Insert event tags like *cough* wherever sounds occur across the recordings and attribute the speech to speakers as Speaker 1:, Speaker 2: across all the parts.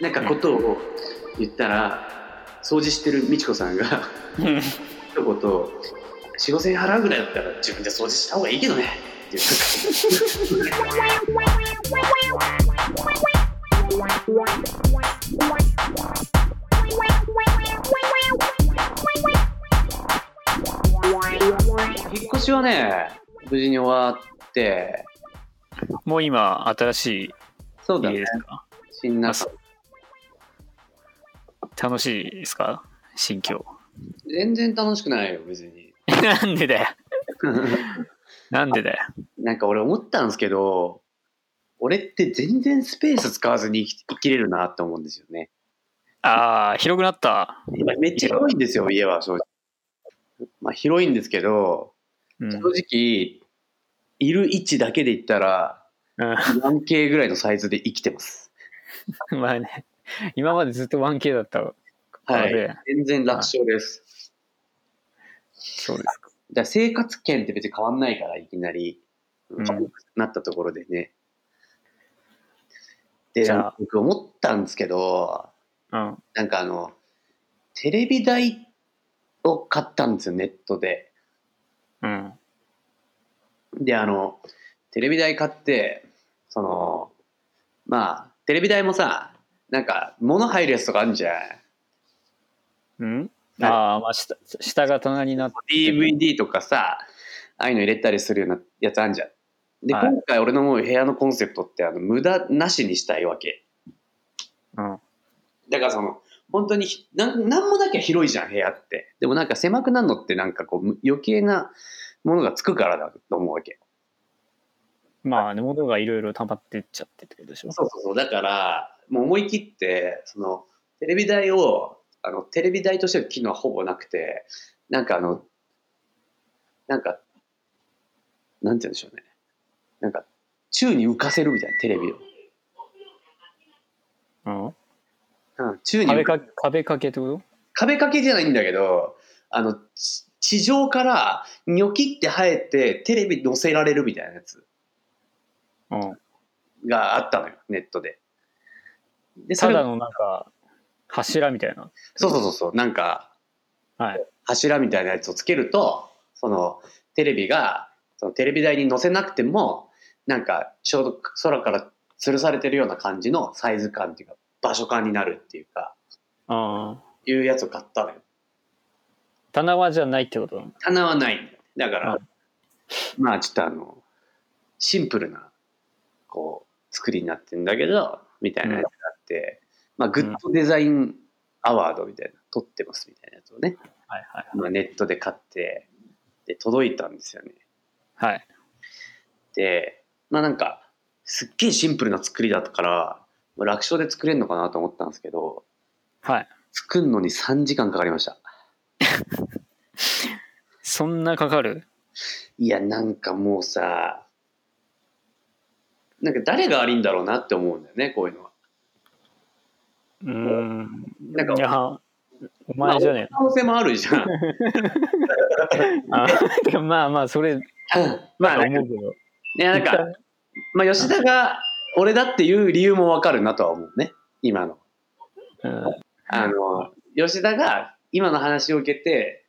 Speaker 1: なんかことを言ったら掃除してる美智子さんが一言4 5千円払うぐらいだったら自分で掃除した方がいいけどねっていうなんか引っ越しはね無事に終わって
Speaker 2: もう今、新しい
Speaker 1: そうだ
Speaker 2: 家
Speaker 1: ね
Speaker 2: ですか
Speaker 1: 新
Speaker 2: あ
Speaker 1: 中
Speaker 2: そ楽しいですか心境。
Speaker 1: 全然楽しくないよ別 *laughs* に
Speaker 2: *laughs* なんでだよ。なんでだよ。
Speaker 1: なんか俺思ったんですけど、俺って全然スペース使わずに生き生きれるなって思うんですよね。
Speaker 2: ああ、広くなった。
Speaker 1: めっちゃ広いんですよ、家は正直。まあ広いんですけど、
Speaker 2: うん。 *laughs*
Speaker 1: 正直、いる位置だけで言ったら、
Speaker 2: う
Speaker 1: 1K ぐらいのサイズで生きてます。
Speaker 2: ん、まあね、今までずっと 1K だったから
Speaker 1: はい
Speaker 2: で、。
Speaker 1: 全然楽勝です。
Speaker 2: そうですか。
Speaker 1: だから生活圏って別に変わんないから、いきなり。
Speaker 2: ん
Speaker 1: なったところでね。で、
Speaker 2: じゃあ
Speaker 1: なんか僕思ったんですけど、
Speaker 2: うん。
Speaker 1: なんかあの、テレビ台を買ったんですよ、ネットで。
Speaker 2: うん。
Speaker 1: で、あの、テレビ台買って、その、まあ、テレビ台もさ、なんか、物入るやつとかあるんじゃない
Speaker 2: うんああ、まあ下、下が棚になって。
Speaker 1: ?DVD とかさ、ああいうの入れたりするようなやつあるじゃん。で、
Speaker 2: はい
Speaker 1: 今回俺のもう部屋のコンセプトって、あの、無駄なしにしたいわけ。
Speaker 2: うん。
Speaker 1: だからその、本当にひなん、なんもなきゃ広いじゃん、部屋って。でもなんか狭くなるのってなんかこう、む余計なものがつくからだと思うわけ。
Speaker 2: まあ、根元がいろいろ溜まってっちゃってってことでしょ。
Speaker 1: そうそうそう。だから、もう思い切って、その、テレビ台を、あの、テレビ台としての機能はほぼなくて、なんかあの、なんか、なんて言うんでしょうね。なんか、宙に浮かせるみたいな、テレビを。
Speaker 2: うん。
Speaker 1: うん、宙に浮
Speaker 2: 壁
Speaker 1: か
Speaker 2: か壁掛けってこ
Speaker 1: 壁掛けじゃないんだけど、あの、ち地上からニョキって生えて、テレビ乗せられるみたいなやつ
Speaker 2: とうん。
Speaker 1: があったのよ、ネットで。で、そ
Speaker 2: た
Speaker 1: れ
Speaker 2: だのなんか、柱みたいな。
Speaker 1: そうそうそうそう、なんか、
Speaker 2: はい。
Speaker 1: 柱みたいなやつをつけるとそのテレビがそのテレビ台に載せなくてもなんかちょうど空から吊るされてるような感じのサイズ感っていうか場所感になるっていうか
Speaker 2: うん。
Speaker 1: いうやつを買ったのよ
Speaker 2: 棚はじゃないってことなの
Speaker 1: 棚はないんだよだから、
Speaker 2: は
Speaker 1: まあちょっとあのシンプルなこう作りになってんだけどみたいなやつがあって、まあグッドデザインアワードみたいな取ってますみたいなやつをね、
Speaker 2: はいはい。
Speaker 1: まあ、ネットで買ってで届いたんですよね
Speaker 2: はい。
Speaker 1: でまあなんかすっげえシンプルな作りだったからまあ楽勝で作れるのかなと思ったんですけど
Speaker 2: はい。
Speaker 1: 作るのに3時間かかりました
Speaker 2: そんなかかる
Speaker 1: いやなんかもうさなんか誰が悪いんだろうなって思うんだよねこういうのは
Speaker 2: うーん。
Speaker 1: なんか
Speaker 2: いや、お前じゃねえ
Speaker 1: 可能性もあるじゃ
Speaker 2: *laughs*
Speaker 1: ん
Speaker 2: あてかまあまあ、それ、
Speaker 1: まあなんか
Speaker 2: 思うけど。
Speaker 1: いやなんか、まあ、吉田が俺だっていう理由もわかるなとは思うね今の
Speaker 2: うん
Speaker 1: あの吉田が今の話を受けて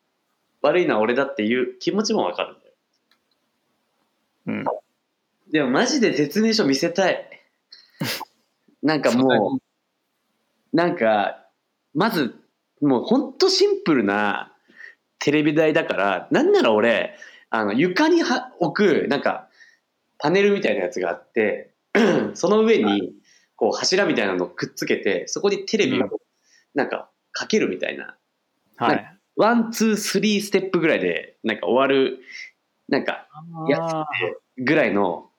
Speaker 1: 悪いのは俺だっていう気持ちもわかるんだよ
Speaker 2: うん。
Speaker 1: でもマジで説明書見せた
Speaker 2: *laughs*
Speaker 1: い。なんかもう、なんか、まず、もうほんとシンプルなテレビ台だから、なんなら俺、あの床には置く、なんか、パネルみたいなやつがあって、 *clears throat* その上に、こう柱みたいなのをくっつけて、そこにテレビ
Speaker 2: うん
Speaker 1: を、なんか、かけるみたいな。
Speaker 2: はい。
Speaker 1: ワン、ツー、スリーステップぐらいで、なんか終わる、なんか、やつ
Speaker 2: あ
Speaker 1: ぐらいの。
Speaker 2: ー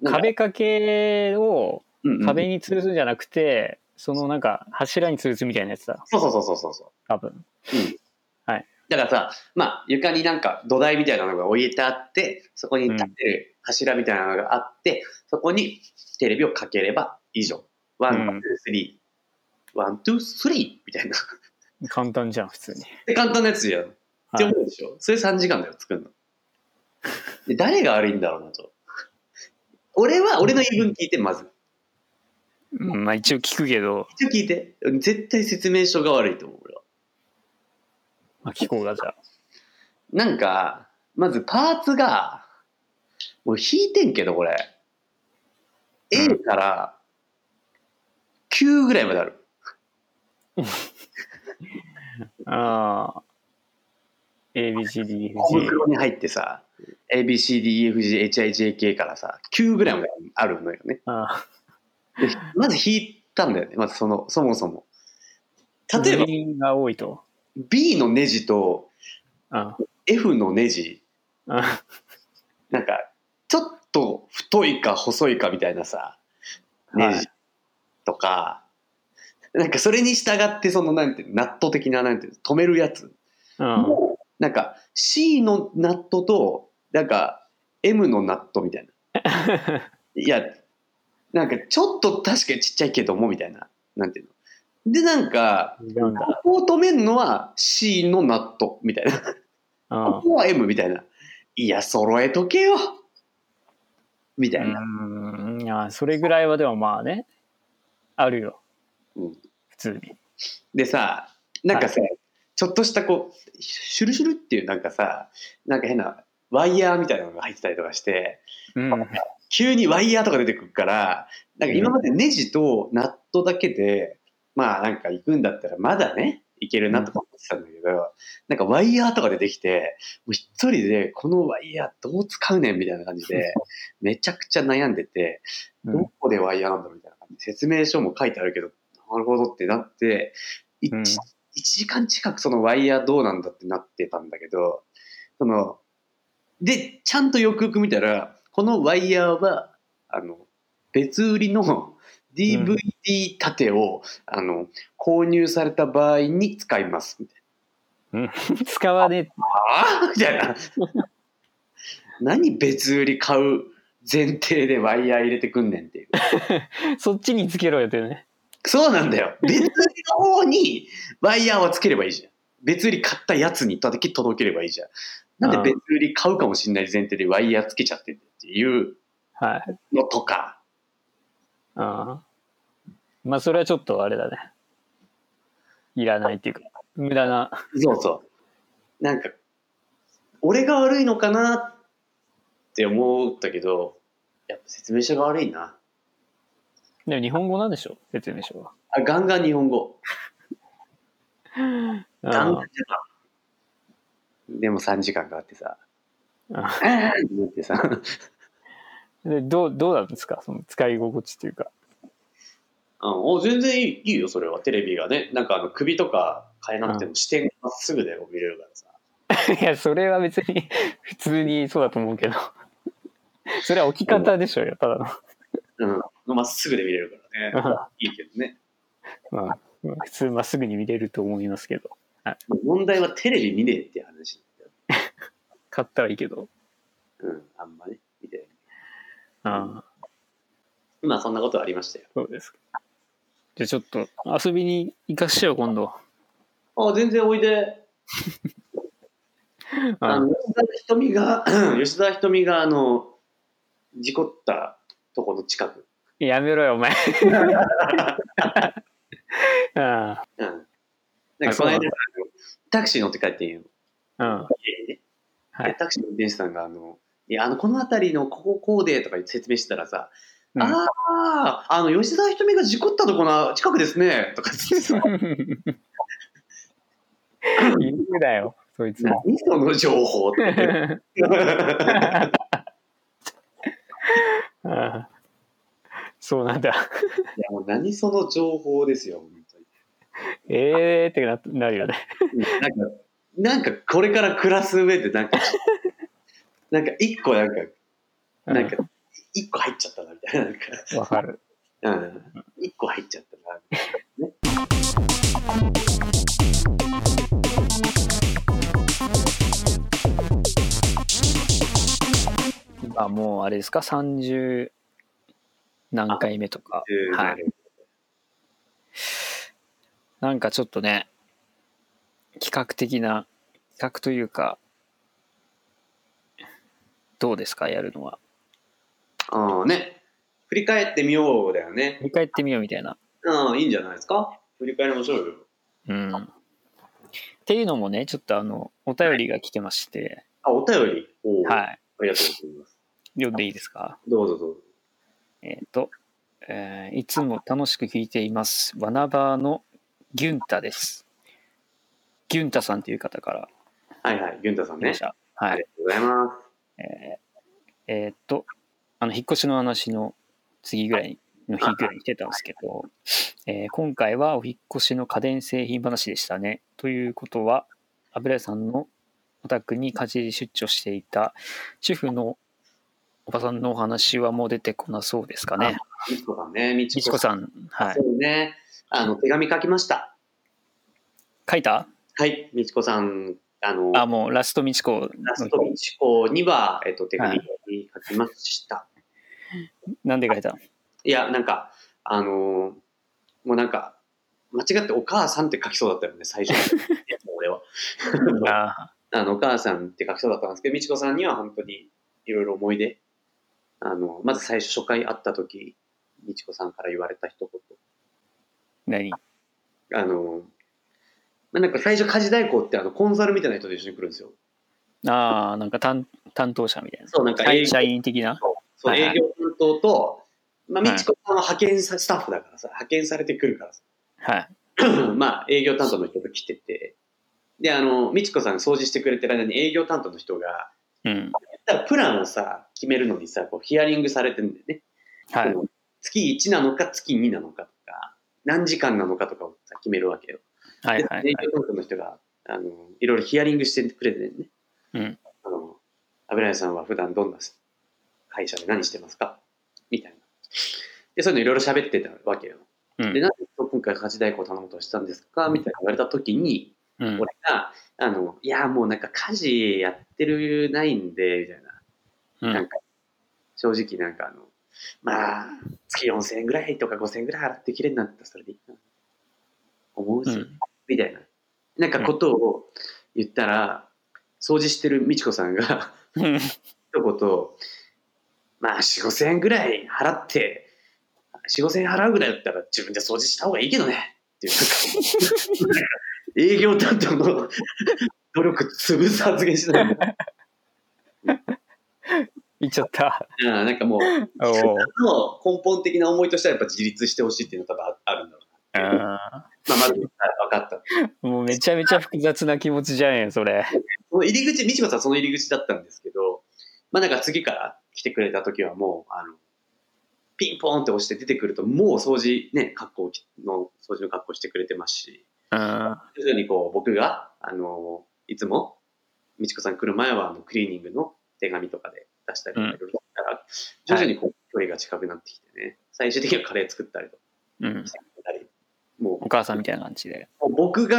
Speaker 1: なんか
Speaker 2: 壁掛けを
Speaker 1: うんうん
Speaker 2: 壁に吊るすんじゃなくて、そのなんか柱に吊るすみたいなやつだ、
Speaker 1: そうそうそうそうそうそう。
Speaker 2: 多分。
Speaker 1: だからさ、まあ、床になんか土台みたいなのが置いてあって、そこに立てる柱みたいなのがあって、そこにテレビをかければ以上。ワン、ツ
Speaker 2: う
Speaker 1: ー
Speaker 2: ん、
Speaker 1: スリー。ワン、ツー、スリーみたいな。 *laughs*
Speaker 2: 簡単じゃん、普通に。
Speaker 1: で、簡単なやつじゃん。って思うでしょ。それ3時間だよ、作るの。で誰が悪いんだろうなと。俺は、俺の言い分聞いて、まず。
Speaker 2: うんまあ一応聞くけど、
Speaker 1: 一応聞いて。絶対説明書が悪いと思う、俺は。
Speaker 2: まあ、聞こうがじゃあ。
Speaker 1: なんか、まずパーツが、俺引いてんけど、これ。
Speaker 2: うん
Speaker 1: A から9ぐらいまである。
Speaker 2: ああ。ABCDFG。
Speaker 1: 小袋に入ってさ、ABCDEFGHIJK からさ、9ぐらいまであるのよね。
Speaker 2: あ
Speaker 1: でまず引いたんだよね、まずその、そもそも。
Speaker 2: あ。
Speaker 1: 例えば
Speaker 2: 原因が多いと。
Speaker 1: B のネジと
Speaker 2: あ
Speaker 1: F のネジ、
Speaker 2: あ。あ
Speaker 1: なんか、ちょっと太いか細いかみたいなさ、
Speaker 2: は
Speaker 1: ネ
Speaker 2: い
Speaker 1: ジとか、なんかそれに従って、その、なんていうの、ナット的な、なんていうの、止めるやつ。
Speaker 2: あ。 *laughs*
Speaker 1: もうなんか C のナットと、なんか M のナットみたいな。いや、なんかちょっと確かにちっちゃいけども、みたいな。なんていうの。で、なんか、
Speaker 2: 違うんだ。
Speaker 1: ここを止めるのは C のナットみたいな。
Speaker 2: あ
Speaker 1: こ
Speaker 2: あ。
Speaker 1: こは M みたいな。いや、揃えとけよみたいな。
Speaker 2: うん。いや、それぐらいはでもまあね、あるよ。
Speaker 1: うん
Speaker 2: 普通に。
Speaker 1: でさ、なんかさ、ちょっとしたこう、シュルシュルっていうなんかさ、なんか変なワイヤーみたいなのが入ってたりとかして、
Speaker 2: うん。
Speaker 1: 急にワイヤーとか出てくるから、なんか今までネジとナットだけで、まあなんか行くんだったらまだね、いけるなとか思ってたんだけど、なんかワイヤーとか出てきて、もう一人でこのワイヤーどう使うねんみたいな感じで、めちゃくちゃ悩んでて、
Speaker 2: うん
Speaker 1: どこでワイヤーなんだろうみたいな感じで、説明書も書いてあるけど、なるほどってなって、1,
Speaker 2: うん
Speaker 1: 時間近くそのワイヤーどうなんだってなってたんだけど、その、で、ちゃんとよくよく見たら、このワイヤーは、あの、別売りの DVD 盾を、あの、購入された場合に使います。みたい
Speaker 2: 使わね
Speaker 1: な。ああみたいな。何別売り買う前提でワイヤー入れてくんねんっていう。
Speaker 2: え。そっちにつけろよってね。
Speaker 1: そうなんだよ。別売りの方にワイヤーをつければいいじゃん。別売り買ったやつに時届ければいいじゃん。なんで別売り買うかもしれない前提でワイヤーつけちゃってるっていう
Speaker 2: はい。
Speaker 1: のとか。
Speaker 2: ああ。まあ、それはちょっとあれだね。いらないっていうか、無駄な。
Speaker 1: そうそう。なんか、俺が悪いのかなって思ったけど、やっぱ説明書が悪いな。
Speaker 2: でも日本語なんでしょ説明書は。
Speaker 1: あ、ガンガン日本語。ガンガ
Speaker 2: あ
Speaker 1: ンジャパンでも3時間かかってさ。
Speaker 2: あ
Speaker 1: あーってなってさ。
Speaker 2: でどう、どうなんですかその使い心地っていうか。
Speaker 1: うん、お全然いいいいよ、それは。テレビがね。なんかあの首とか変えなくても視点がまっすぐで見れるからさ。
Speaker 2: いや、それは別に、 *laughs* 普通にそうだと思うけど。それは置き方でしょうよ、ただの。
Speaker 1: うん。まっすぐで見れるからね。 *laughs* いいけどね。
Speaker 2: まあ、まあ普通まっすぐに見れると思いますけど。
Speaker 1: 問題はテレビ見ねえっていう話
Speaker 2: 買ったはいいけど。
Speaker 1: なんだよ。うん、あんまね。見てない。
Speaker 2: ああ、
Speaker 1: まあそんなことはありましたよ。
Speaker 2: そうですか。じゃあちょっと遊びに行かしてよ、今度。
Speaker 1: あ全然おいで。あ
Speaker 2: あ
Speaker 1: の吉田ひとみが、 *clears throat* 吉田ひとみが、あの、事故ったとこの近く。
Speaker 2: やめろよ、お前。 *laughs* あ
Speaker 1: うん。なんかこの間、あのタクシー乗って帰ってんよ。
Speaker 2: あ、うん。
Speaker 1: 家にね。
Speaker 2: はい
Speaker 1: でタクシーの運転手さんが、あの、いや、あの、この辺りのこここうでとか説明してたらさ、
Speaker 2: うん
Speaker 1: ああ、あの、吉田ひとみが事故ったとこの近くですね、
Speaker 2: *laughs*
Speaker 1: とか言って
Speaker 2: 言うだよ、そ *laughs* いつも。
Speaker 1: 何その情報って *laughs*
Speaker 2: ああそうなんだ。
Speaker 1: いや、もう何その情報ですよ、本当に。
Speaker 2: ええー、ってななるよね。
Speaker 1: なんか、なんかこれから暮らす上で、なんか、 *laughs* なんか一個なんか、なんか、一個入っちゃったな、みたいな。なんか
Speaker 2: うんわかる。
Speaker 1: うん。一個入っちゃったな。
Speaker 2: 今もうあれですか30何回目とかはい
Speaker 1: い。
Speaker 2: なんかちょっとね企画的な企画というかどうですかやるのは
Speaker 1: ああね。振り返ってみようだよね。
Speaker 2: 振り返ってみようみたいな。
Speaker 1: うん、いいんじゃないですか振り返りましょうよ。
Speaker 2: うん。っていうのもね、ちょっとあの、お便りが来てまして、
Speaker 1: あ、お便り。おー
Speaker 2: はい。
Speaker 1: ありがとうございます。
Speaker 2: 読んでいいですか
Speaker 1: どうぞどうぞ。
Speaker 2: えっ、と、えーいつも楽しく聞いています。バナバーのギュンタです。ギュンタさんという方から
Speaker 1: はいはい、ギュンタさん
Speaker 2: 来ま
Speaker 1: ね
Speaker 2: し。た。
Speaker 1: あ
Speaker 2: はい
Speaker 1: り。がとうございま
Speaker 2: えーえーっと、あの、引っ越しの話の次ぐらいの日ぐらいにしてたんですけど、えー今回はお引っ越しの家電製品話でしたね。ということは、油屋さんのお宅に家事出張していた主婦のおばさんのお話はもう出てこなそうですかね。
Speaker 1: す。みちこさんね、み
Speaker 2: み
Speaker 1: ち
Speaker 2: ち
Speaker 1: こ
Speaker 2: こ
Speaker 1: さん。
Speaker 2: さん、はい。
Speaker 1: そうね。あの、手紙書きました。
Speaker 2: 書いた
Speaker 1: はい、みちこさん、あの、
Speaker 2: あ、もうラストみちこ
Speaker 1: ラストみちこには、えっと、手紙書きました。
Speaker 2: なんで書いた
Speaker 1: いや、なんか、あのーもうなんか、間違ってお母さんって書きそうだったよね、最初。俺は。 *laughs*
Speaker 2: あ
Speaker 1: あの、お母さんって書きそうだったんですけど、みちこさんには本当にいろいろ思い出。あの、まず最初初回会った時、みちこさんから言われた一
Speaker 2: 何
Speaker 1: 言。あの、まあなんか最初家事代行ってあの、コンサルみたいな人と一緒に来るんですよ。
Speaker 2: ああ、なんか担担当者みたいな。
Speaker 1: そうなんか
Speaker 2: 社
Speaker 1: 営業
Speaker 2: 員社員的な。
Speaker 1: その
Speaker 2: はい
Speaker 1: 営
Speaker 2: はい
Speaker 1: 業担当と、まあ、
Speaker 2: はい
Speaker 1: みちこさんは派遣さスタッフだからさ、派遣されてくるからさ。 *clears throat*
Speaker 2: はい。
Speaker 1: まあ、営業担当の人と来てて、で、あの、みちこさん掃除してくれてる間に営業担当の人が、
Speaker 2: うん。
Speaker 1: だからプランをさ、決めるのにさ、こうヒアリングされてるんだよね。
Speaker 2: はい
Speaker 1: そ。の月1なのか月2なのかとか、何時間なのかとかをさ決めるわけよ。
Speaker 2: はいはい、はい
Speaker 1: で。営業担当の人が、あの、いろいろヒアリングしてくれてるね。
Speaker 2: うん。
Speaker 1: あの、油屋さんは普段どんな会社で何してますかみたいな。で、そういうのいろいろ喋ってたわけよ。
Speaker 2: う
Speaker 1: で、
Speaker 2: ん。
Speaker 1: なんで今回家事代行を頼むことをしたんですかみたいな言われた時に、
Speaker 2: うん
Speaker 1: 俺が、あの、いや、もうなんか家事やってるないんで、みたいな。
Speaker 2: う
Speaker 1: なん
Speaker 2: ん。
Speaker 1: か、正直なんかあの、まあ、月4000円ぐらいとか5000円ぐらい払ってきれいになったらそれでいいな。思うし、
Speaker 2: うん
Speaker 1: みたいな。なんかことを言ったら、掃除してるみちこさんが、 *laughs*
Speaker 2: うん *laughs*
Speaker 1: 一言、まあ、4、5000円ぐらい払って、4、5000円払うぐらいだったら自分で掃除した方がいいけどね。っていう、なんか営業担当の努力潰す発言しないで。
Speaker 2: 言っち
Speaker 1: *laughs*
Speaker 2: ゃった。
Speaker 1: うんなんかもう、
Speaker 2: お
Speaker 1: の
Speaker 2: お。
Speaker 1: 根本的な思いとしてはやっぱ自立してほしいっていうのは多分ああるんだろうなっていう。
Speaker 2: あ
Speaker 1: まあ、まず分かった。
Speaker 2: ーもうめちゃめちゃ複雑な気持ちじゃんよ、それ。
Speaker 1: その入り口、美智子さんはその入り口だったんですけど、まあなんか次から来てくれた時はもう、あの、ピンポーンって押して出てくると、もう掃除ね、格好の、掃除の格好してくれてますし、
Speaker 2: うん。
Speaker 1: 徐々にこう僕が、あの、いつも、美智子さん来る前はあのクリーニングの手紙とかで出したりとか
Speaker 2: うん
Speaker 1: いろいろしたら、徐々にこう距離が近くなってきてね、最終的にはカレー作ったりとか
Speaker 2: うん
Speaker 1: し。てくれたり、もう
Speaker 2: お母さんみたいな感じで。 *laughs*
Speaker 1: 僕が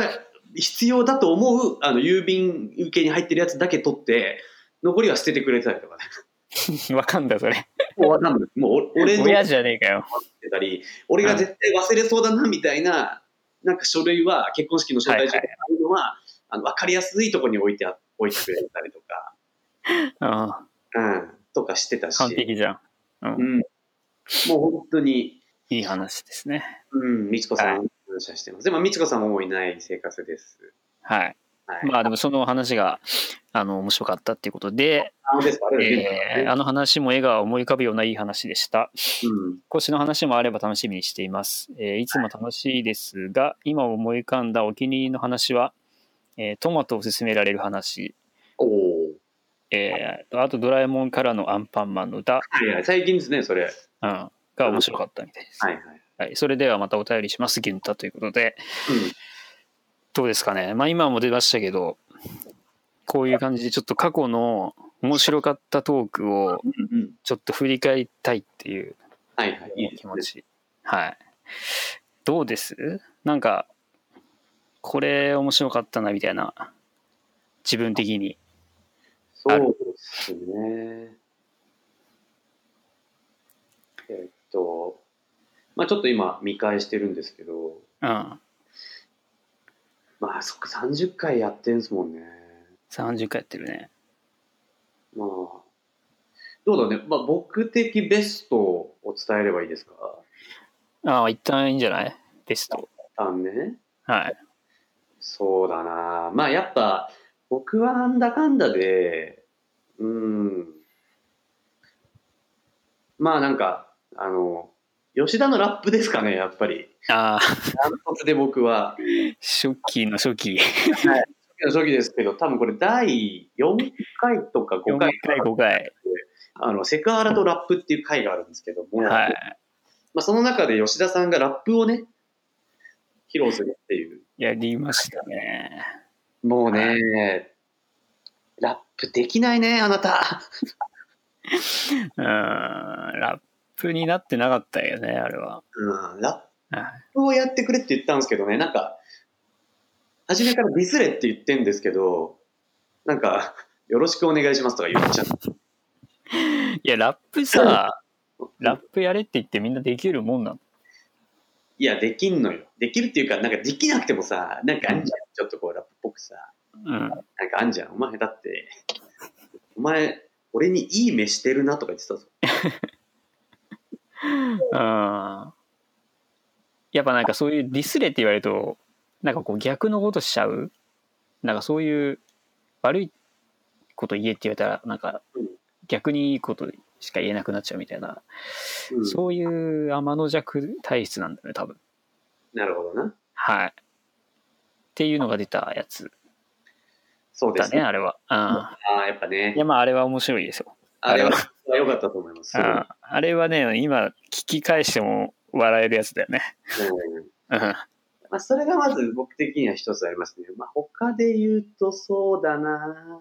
Speaker 1: 必要だと思うあの郵便受けに入ってるやつだけ取って残りは捨ててくれたりとかね *laughs*
Speaker 2: わかんだ、それ。
Speaker 1: もうわかんないもうお俺の
Speaker 2: 親じゃねえかよ。
Speaker 1: ってたり俺が絶対忘れそうだなみたいななんか書類は結婚式の招待状とかああいうのは、あの分かりやすいとこに置いてあ置いてくれたりとか、 *laughs*
Speaker 2: う
Speaker 1: う
Speaker 2: ん。
Speaker 1: ん、とかしてたし、
Speaker 2: 完璧じゃん。
Speaker 1: う
Speaker 2: うん。
Speaker 1: ん、もう本当に、
Speaker 2: いい話ですね。
Speaker 1: うん、美智子さん
Speaker 2: は
Speaker 1: 感謝してます、でも美智子さんももういない生活です
Speaker 2: はい。
Speaker 1: はい、
Speaker 2: まあでもその話が、あの、面白かったっていうことで、
Speaker 1: あのですあれです
Speaker 2: えーあの話も絵が思い浮かぶようないい話でした。
Speaker 1: うん
Speaker 2: 引っ越しの話もあれば楽しみにしています。えーいつも楽しいですが、今思い浮かんだお気に入りの話は、えートマトを勧められる話、
Speaker 1: おお
Speaker 2: えーあとドラえもんからのアンパンマンの歌、
Speaker 1: はいはい、最近ですね、それ。
Speaker 2: うん、が面白かったみたいです。
Speaker 1: はいはい。
Speaker 2: はい、それではまたお便りします、銀太ということで、どうですかね。まあ今も出ましたけど、こういう感じでちょっと過去の面白かったトークを
Speaker 1: うん。うん、
Speaker 2: ちょっと振り返りたいっていう
Speaker 1: はいはい。いいです
Speaker 2: 気
Speaker 1: ね
Speaker 2: 持。ち。はい。どうですなんか、これ面白かったなみたいな、自分的に。
Speaker 1: そうですね。えっと、まあちょっと今見返してるんですけど、
Speaker 2: うん。
Speaker 1: まあそっか、30回やってんすもんね。
Speaker 2: 30回やってるね。
Speaker 1: まあ、どうだろうね。まあ僕的ベストをを伝えればいいですか
Speaker 2: ああ、一旦いいんじゃないベスト。
Speaker 1: あんね。
Speaker 2: はい。
Speaker 1: そうだなまあやっぱ僕はなんだかんだでうんまあなんかあの吉田のラップですかねやっぱり
Speaker 2: ああ、
Speaker 1: ダントツで僕は
Speaker 2: 初期の初期。
Speaker 1: 初期ですけど多分これ第4回とか5
Speaker 2: 4
Speaker 1: 回
Speaker 2: 回、5回。
Speaker 1: あのセクハラとラップっていう回があるんですけども、
Speaker 2: はい。
Speaker 1: まあ、その中で吉田さんがラップをね披露するっていう
Speaker 2: やりましたね。
Speaker 1: もうねラップできないねあなた
Speaker 2: うん、ラップになってなかったよね、あれは。
Speaker 1: うんラ
Speaker 2: は
Speaker 1: ップをやってくれって言ったんですけどね、なんか、初めからディスれって言ってんですけど、なんか、よろしくお願いしますとか言っちゃう。
Speaker 2: いいや、ラッ
Speaker 1: *laughs*
Speaker 2: プさ、ラップやれって言ってみんなできるもんなの。
Speaker 1: いや、できんのよ。できるっていうか、なんかできなくてもさ、なんかあんじゃん。ちょっとこう、ラップっぽくさ、
Speaker 2: うん。
Speaker 1: なんかあんじゃん。お前だって、お前、俺にいい目してるなとか言ってたぞ。
Speaker 2: うんやっぱなんかそういうディスレって言われるとなんかこう逆のことしちゃうなんかそういう悪いこと言えって言われたらなんか
Speaker 1: うん
Speaker 2: 逆にいいことしか言えなくなっちゃうみたいな、
Speaker 1: うん
Speaker 2: そういう天の弱体質なんだよね多分
Speaker 1: なるほどな。
Speaker 2: はいっていうのが出たやつ
Speaker 1: そうで
Speaker 2: だ
Speaker 1: す
Speaker 2: ね
Speaker 1: ね。
Speaker 2: あれは、う
Speaker 1: ああ、やっぱね
Speaker 2: ん、いや。まああれは面白いですよ
Speaker 1: あれは、良かったと思います。す
Speaker 2: う
Speaker 1: ごい
Speaker 2: んあれはね今聞き返しても笑えるやつだよね
Speaker 1: うん
Speaker 2: うん
Speaker 1: まあ、それがまず僕的には一つありますね。まあ、他で言うとそうだな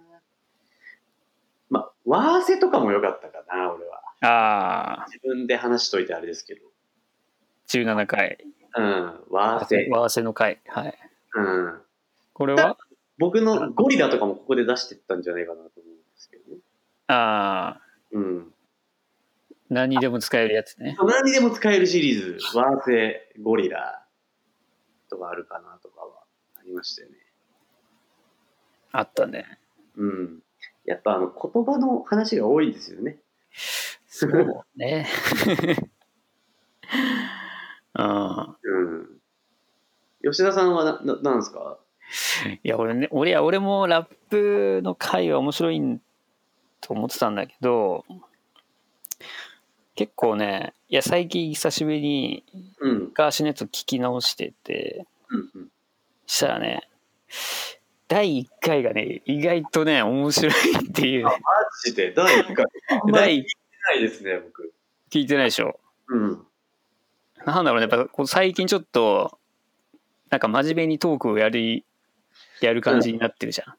Speaker 1: まあ、ワーセとかも良かったかな、俺は。
Speaker 2: ああ
Speaker 1: 自分で話しといてあれですけど。
Speaker 2: 17回
Speaker 1: うん、ワーセ。
Speaker 2: 合わせの回。はい。
Speaker 1: うん。
Speaker 2: これは、
Speaker 1: 僕のゴリラとかもここで出してったんじゃないかなと思うんですけどね。
Speaker 2: ああ、
Speaker 1: うん。
Speaker 2: 何にでも使えるやつね。
Speaker 1: 何にでも使えるシリーズ、ワーセ、ゴリラとかあるかなとかはありましたよね。
Speaker 2: あったね。
Speaker 1: うん。やっぱあの言葉の話が多いんですよね。
Speaker 2: そうね。 *laughs* うん。
Speaker 1: うん。吉田さんはな、ななんですか
Speaker 2: いや、俺ね、俺や、俺もラップの回は面白いんと思ってたんだけど、結構ね、いや、最近久しぶりに
Speaker 1: うん。
Speaker 2: 昔のやつを聞き直してて、
Speaker 1: うんうん。
Speaker 2: したらね、第1回がね、意外とね、面白いっていうね、
Speaker 1: マジで、第1回。あんまり聞い
Speaker 2: 第
Speaker 1: てないですね、僕。
Speaker 2: 聞いてないでしょ。
Speaker 1: うん。
Speaker 2: なんだろうね、やっぱこう最近ちょっと、なんか真面目にトークをやり、やる感じになってるじゃん。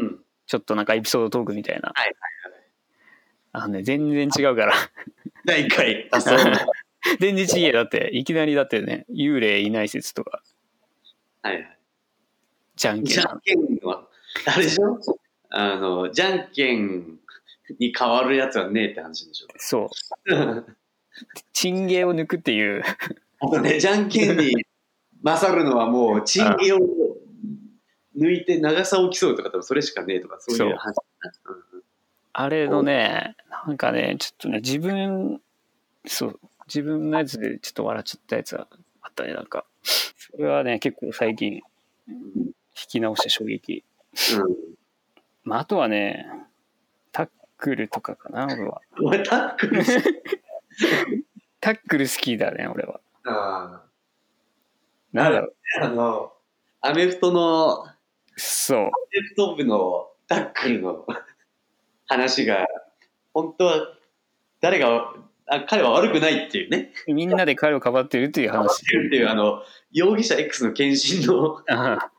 Speaker 1: うん。
Speaker 2: ちょっとなんかエピソードトークみたいな。
Speaker 1: はい
Speaker 2: あのね、全然違うから。 *laughs*
Speaker 1: 第1回。あ、 *laughs* そう。はい
Speaker 2: 全然違えよだって、いきなりだってね、幽霊いない説とか、
Speaker 1: はい。
Speaker 2: じゃんけ
Speaker 1: じ
Speaker 2: ん
Speaker 1: ゃんけんは、あれでしょあの、じゃんけんに変わるやつはねえって話でしょ。
Speaker 2: そう。チンゲを抜くっていう、
Speaker 1: あと *laughs* ね、じゃんけんに勝るのはもう、チンゲを抜いて長さを競うとか、多分それしかねえとか、そういう話。
Speaker 2: あれのね、なんかね、ちょっとね、自分、そう、自分のやつでちょっと笑っちゃったやつがあったね、なんか。それはね、結構最近、
Speaker 1: うん。
Speaker 2: 聞き直して衝撃。
Speaker 1: うん
Speaker 2: まあ、あとはね、タックルとかかな、俺は。
Speaker 1: お前タックルして
Speaker 2: タックル好きだね、俺は。
Speaker 1: た。
Speaker 2: なんだろう。
Speaker 1: あの、アメフトの、ア
Speaker 2: そう。
Speaker 1: メフト部のタックルの話が、本当は、誰が、あ彼は悪くないっていうね、
Speaker 2: みんなで彼をかばってるっていう
Speaker 1: 話
Speaker 2: 話
Speaker 1: *laughs* し。てるっていう、あの、容疑者 X の献身の
Speaker 2: あ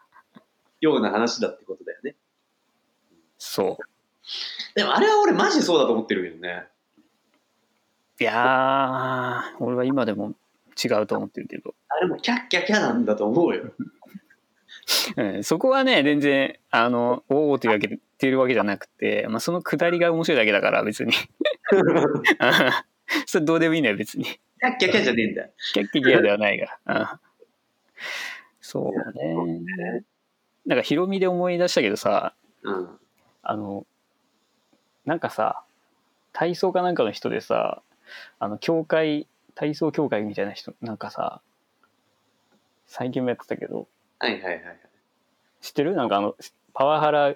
Speaker 1: ような話だってことだよね。
Speaker 2: そ
Speaker 1: でもあれは俺マジそうだと思ってるけどね。
Speaker 2: う。いやー、俺は今でも違うと思ってるけど。
Speaker 1: あれもキャッキャキャなんだと思うよ。
Speaker 2: うん、そこはね、全然、あの、おおっていうわけで言ってるわけじゃなくて、まあ、そのくだりが面白いだけだから、別に。 *laughs*
Speaker 1: キャ
Speaker 2: あそれどうでもいいのよ、別に。
Speaker 1: ッキャキャじゃねえんだ。
Speaker 2: キャッキャギアではないが。あそうね。なんか、ヒロミで思い出したけどさ、
Speaker 1: うん。
Speaker 2: あの、なんかさ、体操かなんかの人でさ、あの、教会体操協会みたいな人、なんかさ、最近もやってたけど、
Speaker 1: はいはいはい。
Speaker 2: 知ってるなんかあの、パワハラ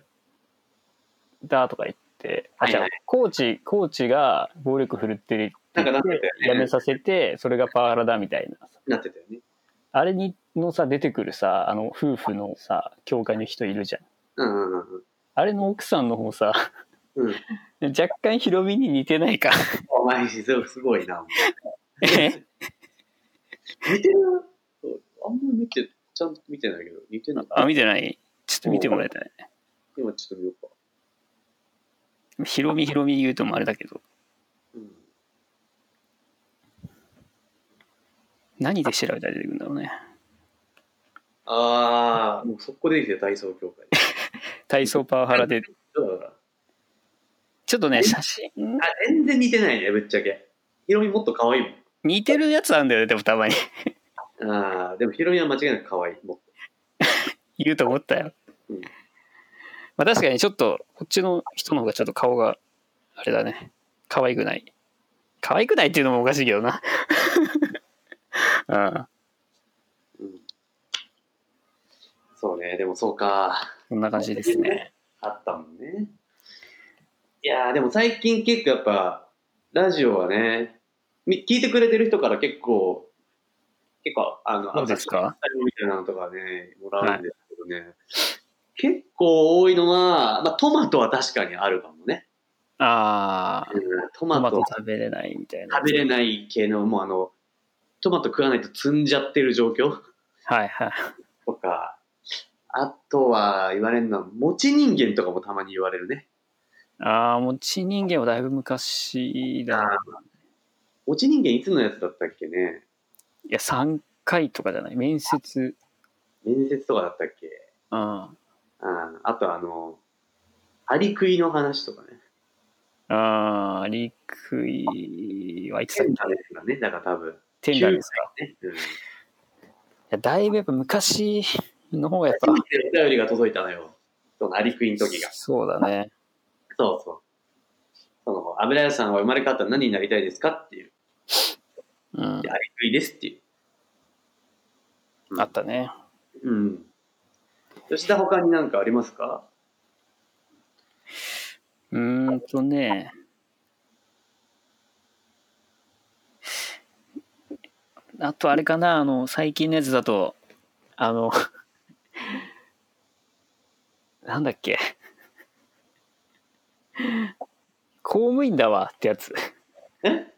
Speaker 2: だとか言って、あ、
Speaker 1: はい
Speaker 2: じゃ
Speaker 1: はい
Speaker 2: コーチ、コーチが暴力振るってるって
Speaker 1: な
Speaker 2: 言
Speaker 1: ん
Speaker 2: っ
Speaker 1: か
Speaker 2: て
Speaker 1: なってた
Speaker 2: や
Speaker 1: よ
Speaker 2: め
Speaker 1: ね。
Speaker 2: させて、それがパワハラだみたいなさ。
Speaker 1: なってたよね。
Speaker 2: あれにのさ、出てくるさ、あの、夫婦のさ、教会の人いるじゃん。
Speaker 1: うんうんうんうん。
Speaker 2: あれの奥さんの方さ、
Speaker 1: うん、
Speaker 2: 若干ヒロミに似てな
Speaker 1: *laughs*
Speaker 2: いか。
Speaker 1: お前、すごいな。お前
Speaker 2: え
Speaker 1: 似てるあんま見て、ちゃんと見てないけど、似てるの
Speaker 2: あ、見てないちょっと見てもらいたい。
Speaker 1: 今ちょっと見ようか。
Speaker 2: ヒロミヒロミ言うともあれだけど、
Speaker 1: うん、
Speaker 2: 何で調べたら出てくるんだろうね。
Speaker 1: ああ、もうそこできて体操協会。
Speaker 2: 体操パワハラで、
Speaker 1: そうだから。
Speaker 2: ちょっとね、写真、
Speaker 1: あ、全然似てないね、ぶっちゃけ。ヒロミもっと可愛い
Speaker 2: 似てるやつあんだよね、でもたまに。
Speaker 1: もん。ああ、でもヒロミは間違いなく可愛い。もっと。
Speaker 2: 言うと思ったよ。
Speaker 1: うん
Speaker 2: まあ確かにちょっと、こっちの人の方がちょっと顔が、あれだね、可愛くない。可愛くないっていうのもおかしいけどな。 *laughs* うん、
Speaker 1: うん。そうね、でもそうか。
Speaker 2: そんな感じですね。
Speaker 1: あったもんね。いやー、でも最近結構やっぱ、ラジオはね、み聞いてくれてる人から結構、結構、あの、
Speaker 2: どうですか
Speaker 1: みたいなのとかね、もらうんですけどね。結構多いのは、まあ、トマトは確かにあるかもね。
Speaker 2: ああ、
Speaker 1: うんト
Speaker 2: ト
Speaker 1: マ
Speaker 2: マ
Speaker 1: ト
Speaker 2: ト食べれないみたいな。
Speaker 1: 食べれない系の、もうあの、トマト食わないと積んじゃってる状況
Speaker 2: はいはい。
Speaker 1: とか、あとは言われるのは、餅人間とかもたまに言われるね。
Speaker 2: ああ、もうち人間はだいぶ昔だな。
Speaker 1: 餅人間いつのやつだったっけね
Speaker 2: いや、3回とかじゃない。面接。
Speaker 1: 面接とかだったっけ
Speaker 2: うん。
Speaker 1: ああとあの、アリ食いの話とかね。
Speaker 2: ああ、リクイはいつだ
Speaker 1: テ
Speaker 2: っ
Speaker 1: ン
Speaker 2: け
Speaker 1: ダーですかね、だから多分。
Speaker 2: テンダーですか。
Speaker 1: ね。うん。
Speaker 2: いや、だいぶやっぱ昔の方がやっぱ
Speaker 1: 初、めてお便りが届いたのよ。そのアリ食いの時が。
Speaker 2: そうだね。
Speaker 1: そうそう。その、油屋さんは生まれ変わったら何になりたいですかっていう。
Speaker 2: うん
Speaker 1: で。アリ食いですっていう。
Speaker 2: あったね。
Speaker 1: うん。吉田他に何かあります *laughs* か
Speaker 2: うーんとね。あとあれかな、あの、最近のやつだと、あの、 *laughs* なんだっけ。公務員だわってやつ。
Speaker 1: え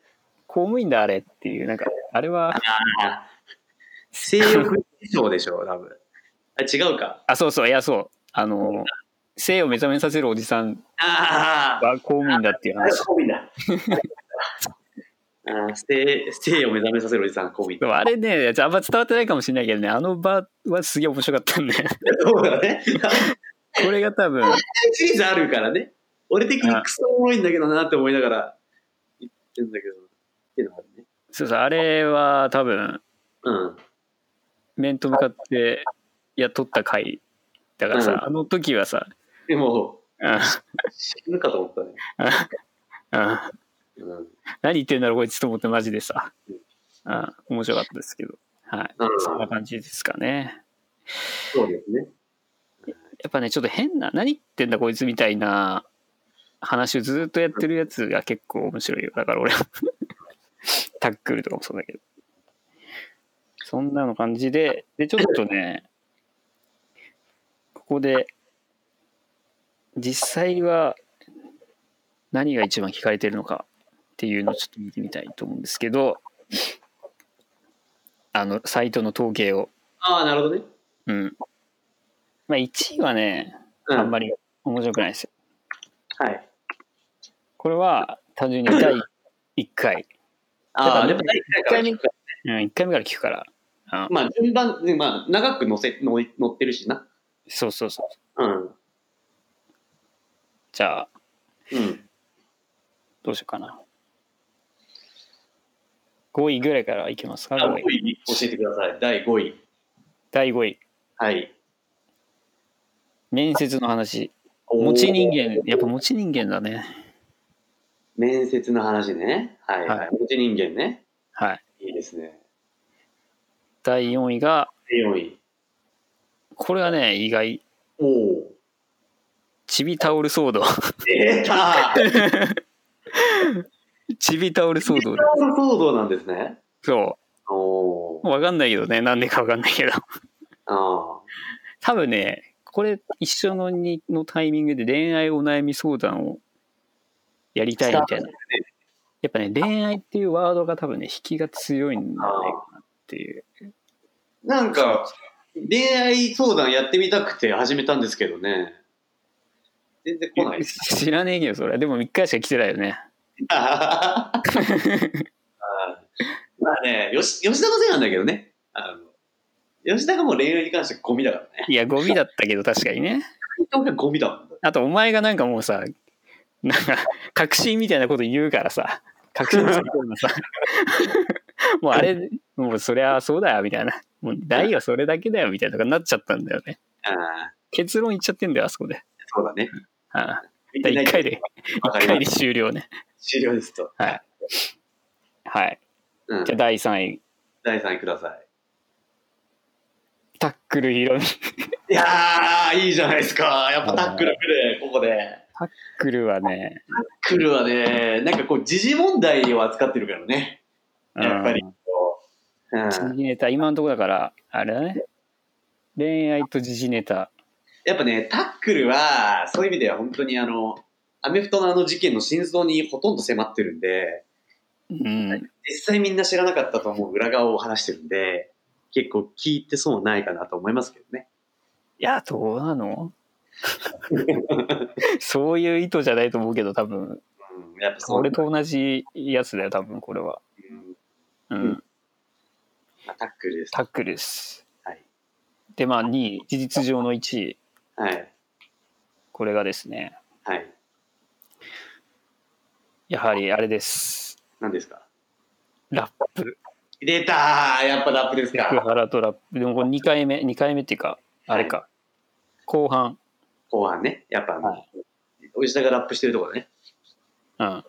Speaker 2: 公務員だあれっていう、なんか、あれは、
Speaker 1: ああ。性欲思想でしょ、多分。あ、違うか。
Speaker 2: あ、そうそう、いや、そう。あの、性を目覚めさせるおじさん
Speaker 1: ああ。
Speaker 2: が公務員だっていう
Speaker 1: あれ
Speaker 2: 話
Speaker 1: は。コミだ。あー性性を目覚めさせるおじさん、コミ
Speaker 2: で。もあれね、あんま伝わってないかもしれないけどね、あの場はすげえ面白かった
Speaker 1: *laughs*
Speaker 2: んで、
Speaker 1: *laughs* そうだね。
Speaker 2: これが多分、
Speaker 1: シリーズあるからね。俺的にクソおもろいんだけどなって思いながら言ってんだけど。っていうのがあるね。
Speaker 2: そうそう、あれは多分、
Speaker 1: うん。
Speaker 2: 面と向かって、いや、撮った回だから
Speaker 1: うん
Speaker 2: さ、あの時はさ、
Speaker 1: でも、
Speaker 2: うん、
Speaker 1: 死ぬかと思ったね。
Speaker 2: うん、
Speaker 1: うん。
Speaker 2: 何言ってんだろう、こいつと思ってマジでさ、うん、面白かったですけど、はい、
Speaker 1: うん
Speaker 2: そんな感じですかね。
Speaker 1: そうですね。
Speaker 2: やっぱね、ちょっと変な、何言ってんだ、こいつみたいな話をずっとやってるやつが結構面白いよ。だから俺は *laughs* タックルとかもそうだけど。そんなの感じで、で、ちょっとね、ここで、実際は何が一番聞かれてるのかっていうのをちょっと見てみたいと思うんですけど、あの、サイトの統計を。
Speaker 1: ああ、なるほどね。
Speaker 2: うん。まあ、1位はね、
Speaker 1: うん、
Speaker 2: あんま
Speaker 1: り。
Speaker 2: り面白くないですよ。
Speaker 1: はい。
Speaker 2: これは単純に第1回、
Speaker 1: ああ、で
Speaker 2: だか
Speaker 1: も、
Speaker 2: ら一回目うん、1回目から聞くから。うん
Speaker 1: まあ、順番、ねまあ、長く載せ、載載ってるしな。
Speaker 2: そうそうそう。
Speaker 1: うん。うん。
Speaker 2: じゃあ、どうしようかな。5位ぐらいからいきますか、
Speaker 1: あ
Speaker 2: 5
Speaker 1: 5
Speaker 2: 位。
Speaker 1: 位教えてください。第5位。
Speaker 2: 第5位、
Speaker 1: はい。
Speaker 2: 面接の話。
Speaker 1: おー
Speaker 2: 持ち人間、やっぱ持ち人間だね。
Speaker 1: 面接の話ね。はい、
Speaker 2: は
Speaker 1: はいい。持ち人間ね。
Speaker 2: はい。
Speaker 1: ですね。
Speaker 2: 第4位が、
Speaker 1: 4位。
Speaker 2: これはね、意外、
Speaker 1: おお。
Speaker 2: チビタオル騒動。 *laughs*
Speaker 1: 出た *laughs*
Speaker 2: チビタオル騒動
Speaker 1: タ。オル騒動なんですね。
Speaker 2: そ
Speaker 1: お
Speaker 2: う。
Speaker 1: お。
Speaker 2: わかんないけどね、なんでかわかんないけど。
Speaker 1: あ
Speaker 2: 多分ね、これ一緒のにのタイミングで恋愛お悩み相談をやりたいみたいな。やっぱね、恋愛っていうワードが多分ね、引きが強いんじゃないかなっていう。
Speaker 1: あ。なんか、恋愛相談やってみたくて始めたんですけどね。全然来ない *laughs* です。
Speaker 2: 知らねえけど、それ。でも1回しか来てないよね。
Speaker 1: あーまあね、よし吉田のせいなんだけどね。あの吉田がもう恋愛に関してはゴミだからね。
Speaker 2: いや、ゴミだったけど、確かにね。
Speaker 1: 俺がゴミだもん。
Speaker 2: あと、お前がなんかもうさ、なんか、確信みたいなこと言うからさ、確信するような
Speaker 1: *laughs*
Speaker 2: さ、もうあれ、もうそりゃそうだよ、みたいな。もう、大はそれだけだよ、みたいなとかなっちゃったんだよね。
Speaker 1: ああ、
Speaker 2: 結論言っちゃってんだよ、あそこで。
Speaker 1: そうだね。
Speaker 2: ああ
Speaker 1: 見
Speaker 2: 第
Speaker 1: てない
Speaker 2: 1回で、
Speaker 1: わか
Speaker 2: 1
Speaker 1: りま
Speaker 2: 回
Speaker 1: し
Speaker 2: で終了ね。
Speaker 1: た終了ですと。
Speaker 2: はい。はい。
Speaker 1: うん
Speaker 2: じゃあ、第3位。
Speaker 1: 第3位くださ
Speaker 2: タックルヒロミ。タ
Speaker 1: い。いやー、いいじゃないですか。やっぱタックルくる、ここで。
Speaker 2: ックルはね、
Speaker 1: 来るはね、なんかこう、時事問題を扱ってるからね。やっぱり
Speaker 2: うん。
Speaker 1: こう。うん。
Speaker 2: 時事ネタ、今のところだから、あれだね。恋愛と時事ネタ。
Speaker 1: やっぱね、タックルは、そういう意味では本当にあの、アメフトのあの事件の真相にほとんど迫ってるんで、
Speaker 2: うん。
Speaker 1: 実際みんな知らなかったと思う裏側を話してるんで、結構聞いて損はないかなと思いますけどね。
Speaker 2: いや、どう
Speaker 1: *laughs*
Speaker 2: なのそういう意図じゃないと思うけど、多分、
Speaker 1: うん、やっぱそう。
Speaker 2: 俺と同じやつだよ、多分、これは。
Speaker 1: うん
Speaker 2: う
Speaker 1: うんん。まあタックルです。
Speaker 2: タックルです。
Speaker 1: はい。
Speaker 2: で、まあ、2位、事実上の1位。
Speaker 1: はい。
Speaker 2: これがですね、
Speaker 1: はい。
Speaker 2: やはりあれです。
Speaker 1: 何ですか
Speaker 2: ラップ。
Speaker 1: 出たーやっぱラップです
Speaker 2: セク
Speaker 1: か
Speaker 2: ハラとラップ。でも、これ2回目、2回目っていうか、あれか。後半。
Speaker 1: 後半ね。やっぱあの、
Speaker 2: は
Speaker 1: おじさんがラップしてるところね。
Speaker 2: うん。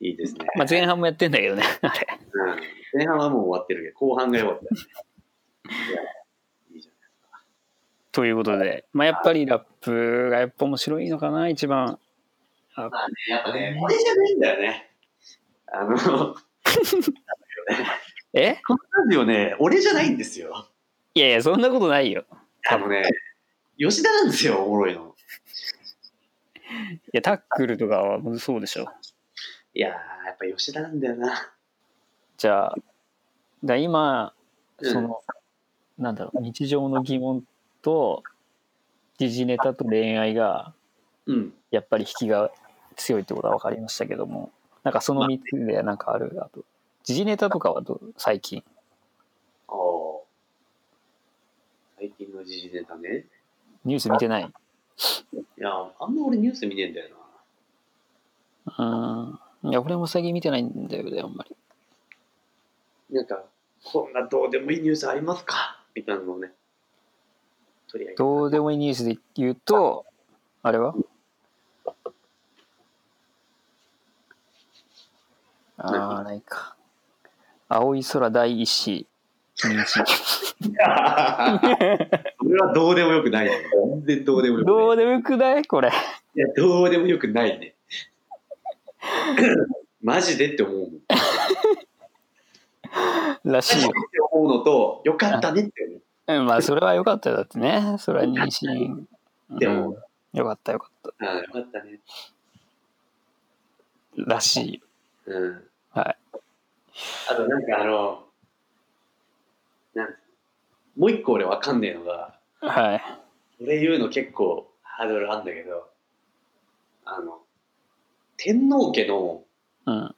Speaker 1: いいですね。
Speaker 2: まあ、前半もやってんだけどね、 *laughs* あれ。
Speaker 1: うん前半はもう終わってるけど、後半が良かったよね。いやいいじゃん
Speaker 2: ということで、まあ、やっぱりラップがやっぱ面白いのかな、一番。
Speaker 1: まあね、やっぱね、これじゃないんだよね。あの、 *laughs*
Speaker 2: え
Speaker 1: このラジオね、俺じゃないんですよ。
Speaker 2: いやいや、そんなことないよ。
Speaker 1: あのね、吉田なんですよ、おもろいの。
Speaker 2: いや、タックルとかはもうそうでしょ。
Speaker 1: いやー、やっぱ吉田なんだよな。
Speaker 2: じゃあ、だ今、
Speaker 1: うん
Speaker 2: その、なんだろう、日常の疑問と、時事ネタと恋愛が、
Speaker 1: うん。
Speaker 2: やっぱり引きが強いってことは分かりましたけども、なんかその3つで、なんかある、あと、時事ネタとかはどう最近。
Speaker 1: あー最近の時事ネタね。
Speaker 2: ニュース見てない
Speaker 1: いや、あんま俺ニュース見ねえんだよな。
Speaker 2: うん。いや、俺も最近見てないんだよね、あんまり。
Speaker 1: なんか、こんなどうでもいいニュースありますかみたいなのをね。とりあえ *laughs* ず。
Speaker 2: どうでもいいニュースで言うと、あれはああ、ないか。青い空第一子、妊
Speaker 1: 俺はどうでもよくないね。全然どうでもよ
Speaker 2: 娠。
Speaker 1: くない。
Speaker 2: どうでもよくないこれ。
Speaker 1: いや、どうでもよくない *laughs* ね。マジでって思うもん。マ
Speaker 2: らし
Speaker 1: ジでっ
Speaker 2: いよ
Speaker 1: て。思うのと、よかったねって思う。
Speaker 2: うんまあ、それは良かったよ。だってね。それは妊娠。
Speaker 1: でも
Speaker 2: うんよかったよかっ
Speaker 1: ああ、よかったね。
Speaker 2: た。らしいよ。
Speaker 1: うん。
Speaker 2: はい。
Speaker 1: あと、なんかあの、なんもう一個俺わかんねえのが、
Speaker 2: はい。
Speaker 1: 俺言うの結構ハードルあんだけど、あの、天皇家の
Speaker 2: うん。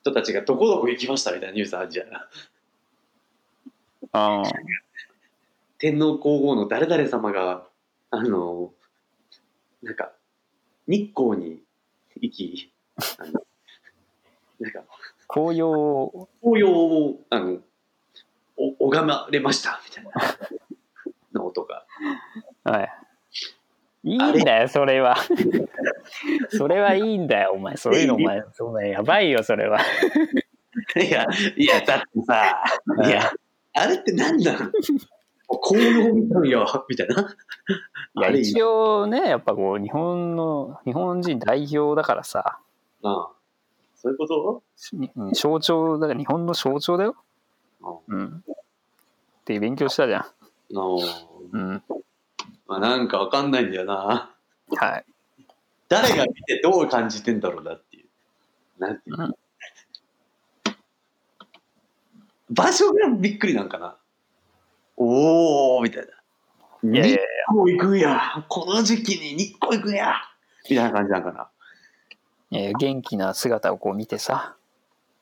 Speaker 1: 人たちがどこどこ行きましたみたいなニュースあるじゃん。
Speaker 2: あー
Speaker 1: 天皇皇后の誰々様があのなんか日光に行きあのなんか
Speaker 2: 紅葉を
Speaker 1: 紅葉をあのお拝まれましたみたいなのとか
Speaker 2: はい。いいんだよ、それ *laughs* は。それはいいんだよ、お前。そういうの、お前。お前、やばいよ、それは。
Speaker 1: いや、いや、だってさ、いや、あれって何なん紅葉見たんよ、みたいな。
Speaker 2: いや一応ねやっぱこう日本の日本人代表だからさ
Speaker 1: ああそういうこと
Speaker 2: にうん象徴だから日本の象徴だよ、
Speaker 1: あ
Speaker 2: うん、って勉強したじゃん、
Speaker 1: ああ
Speaker 2: うん
Speaker 1: まあ、なんかわかんないんだよな。
Speaker 2: はい、
Speaker 1: 誰が見てどう感じてんだろうなっていう。なんていうの、
Speaker 2: うん
Speaker 1: 場所がびっくりなんかな。おーみたいな。
Speaker 2: いやいやいや
Speaker 1: 日光行くんや。この時期に日光行くんや。みたいな感じなんかな。
Speaker 2: えー元気な姿をこう見てさ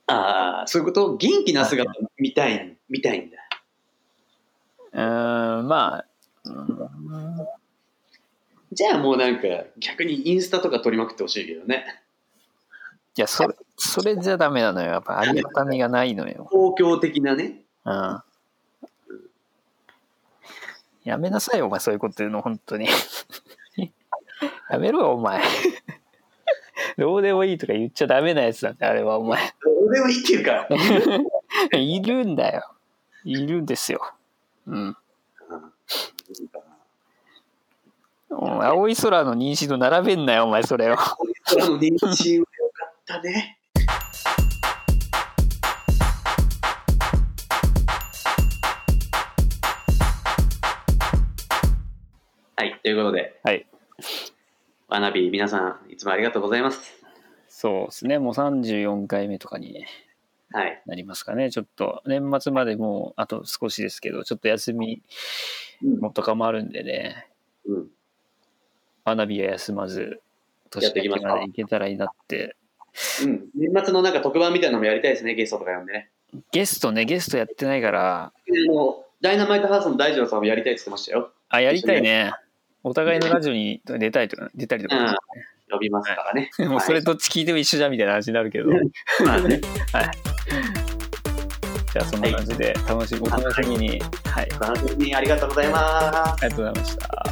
Speaker 1: ああ、そういうこと元気な姿見たい、見たいんだ。
Speaker 2: うーんまあ、うん
Speaker 1: じゃあもうなんか逆にインスタとか撮りまくってほしいけどね。
Speaker 2: いやそれそれじゃダメなのよやっぱありがたみがないのよ、
Speaker 1: 公共的なね。
Speaker 2: うん、やめなさいよお前そういうこと言うの本当に *laughs* やめろよお前どうでもいいとか言っちゃダメなやつだってあれはお前
Speaker 1: 俺はいいっていうか。
Speaker 2: いるんだよ。いるんですよ。うん。お前青い空の認識と並べんなよ、お前、それを。
Speaker 1: 空の認知は良かったね。はい、ということで、
Speaker 2: はい。
Speaker 1: わなび皆さん、いつもありがとうございます。
Speaker 2: そうですね。もう34回目とかに
Speaker 1: はい、
Speaker 2: なりますかね。ちょっと、年末までもう、あと少しですけど、ちょっと休み
Speaker 1: うん
Speaker 2: もとかもあるんでね、
Speaker 1: うん、
Speaker 2: 学びは休まず、
Speaker 1: や
Speaker 2: 年
Speaker 1: っていきま
Speaker 2: 明
Speaker 1: す
Speaker 2: け
Speaker 1: か
Speaker 2: までいけたらいいなって。
Speaker 1: うん、年末のなんか特番みたいなのもやりたいですね、ゲストとか呼んでね。
Speaker 2: ゲストね、ゲストやってないから、
Speaker 1: あのダイナマイトハウスの大二郎さんもやりたいって言ってましたよ。
Speaker 2: あ、やりたいね。お互いのラジオに出たいとか、出たりとかね、
Speaker 1: 呼びますからね。
Speaker 2: *laughs* もうそれどっち聞いても一緒じゃんみたいな話になるけど、
Speaker 1: うん *laughs* まあ *laughs* ね
Speaker 2: じゃあそんな感じで楽しみ、お楽しみに、はい、
Speaker 1: 番組ありがとうございます。
Speaker 2: ありがとうございました。